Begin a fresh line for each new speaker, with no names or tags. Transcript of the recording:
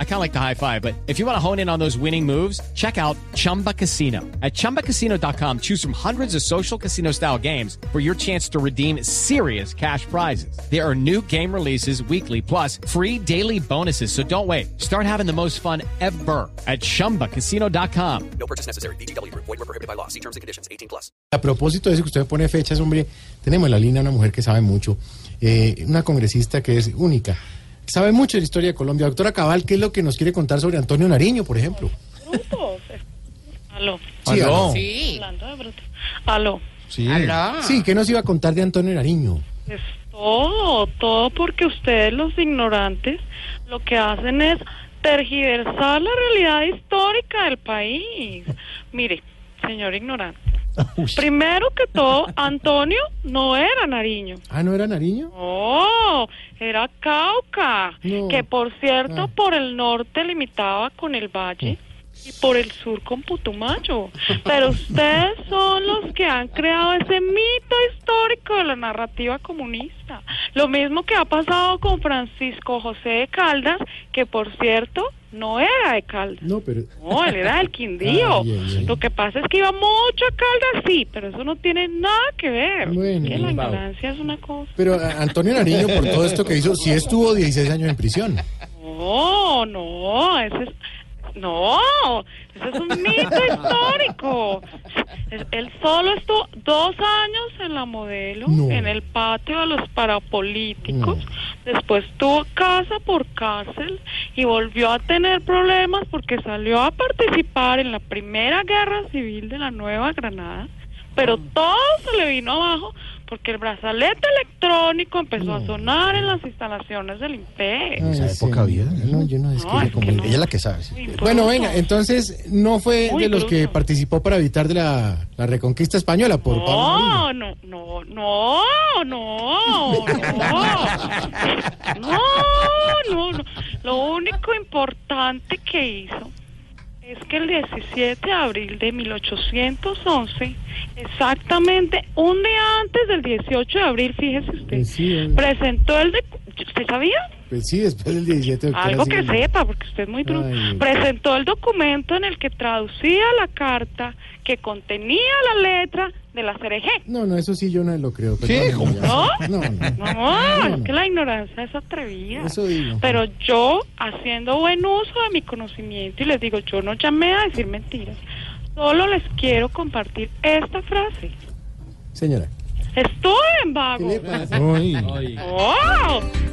I kind of like the high five, but if you want to hone in on those winning moves, check out Chumba Casino. At chumbacasino.com, choose from hundreds of social casino style games for your chance to redeem serious cash prizes. There are new game releases weekly, plus free daily bonuses. So don't wait. Start having the most fun ever at chumbacasino.com.
No purchase necessary. BGW. Void were prohibited by law. See terms and conditions. 18 plus.
A propósito de eso que usted pone fechas, hombre, tenemos en la línea una mujer que sabe mucho, eh, una congresista que es única, que sabe mucho de la historia de Colombia. Doctora Cabal, ¿qué es lo que nos quiere contar sobre Antonio Nariño, por ejemplo?
Brutos. Aló.
Sí, aló.
Sí.
Hablando de brutos. Aló.
Sí.
Aló.
Sí, ¿qué nos iba a contar de Antonio Nariño?
Es todo, todo porque ustedes los ignorantes lo que hacen es tergiversar la realidad histórica del país. Mire, señor ignorante. Primero que todo, Antonio no era Nariño.
Ah, ¿no era Nariño?
Oh, era Cauca,
No.
que por cierto
Ah. Oh.
por el norte limitaba con el valle y por el sur con Putumayo. Pero ustedes son los que han creado ese mito histórico de la narrativa comunista. Lo mismo que ha pasado con Francisco José de Caldas, que por cierto no era de Caldas.
No, pero...
No, él era del Quindío.
Ah, bien, bien.
Lo que pasa es que iba mucho a Caldas, sí, pero eso no tiene nada que ver.
Bueno,
Que la
Pau.
ignorancia es una cosa.
Pero a- Antonio Nariño, por todo esto que hizo, sí estuvo 16 años en prisión.
No, no, ese es... No, ese es un mito histórico. Es- Él solo estuvo dos años en la modelo,
No.
en el patio de los parapolíticos.
No.
Después tuvo casa por cárcel y volvió a tener problemas porque salió a participar en la primera guerra civil de la Nueva Granada. Pero
Mm.
todo se le vino abajo porque el brazalete electrónico empezó a sonar en las instalaciones del IMPEC.
En esa época había. No, yo no, es que
No, es que
como-
no.
ella es la que sabe. sí.
Muy
Bueno,
bruto.
venga, entonces no fue
Muy
de los que
bruto.
participó para evitar de la, la reconquista española por Pablo Nariño.
No, no, no, no, no, no, no, no. Lo único importante que hizo es que el 17 de abril de 1811, exactamente un día antes del 18 de abril, fíjese usted,
Pues sí, hombre.
presentó el de... ¿Usted sabía?
Pues sí, después del 17 de octubre,
Algo
así
que
como-
sepa, porque usted es muy truco.
Ay.
Presentó el documento en el que traducía la carta que contenía la letra de la CRG.
No, no, eso sí yo no lo creo. perdóneme, ya. No, no.
No,
no.
es que la ignorancia es atrevida.
Eso digo.
Pero yo, haciendo buen uso de mi conocimiento, y les digo, yo no llamé a decir mentiras. Solo les quiero compartir esta frase.
Señora.
Estuve en
¿Qué
vago.
le pasa? Ay.
¡Oh!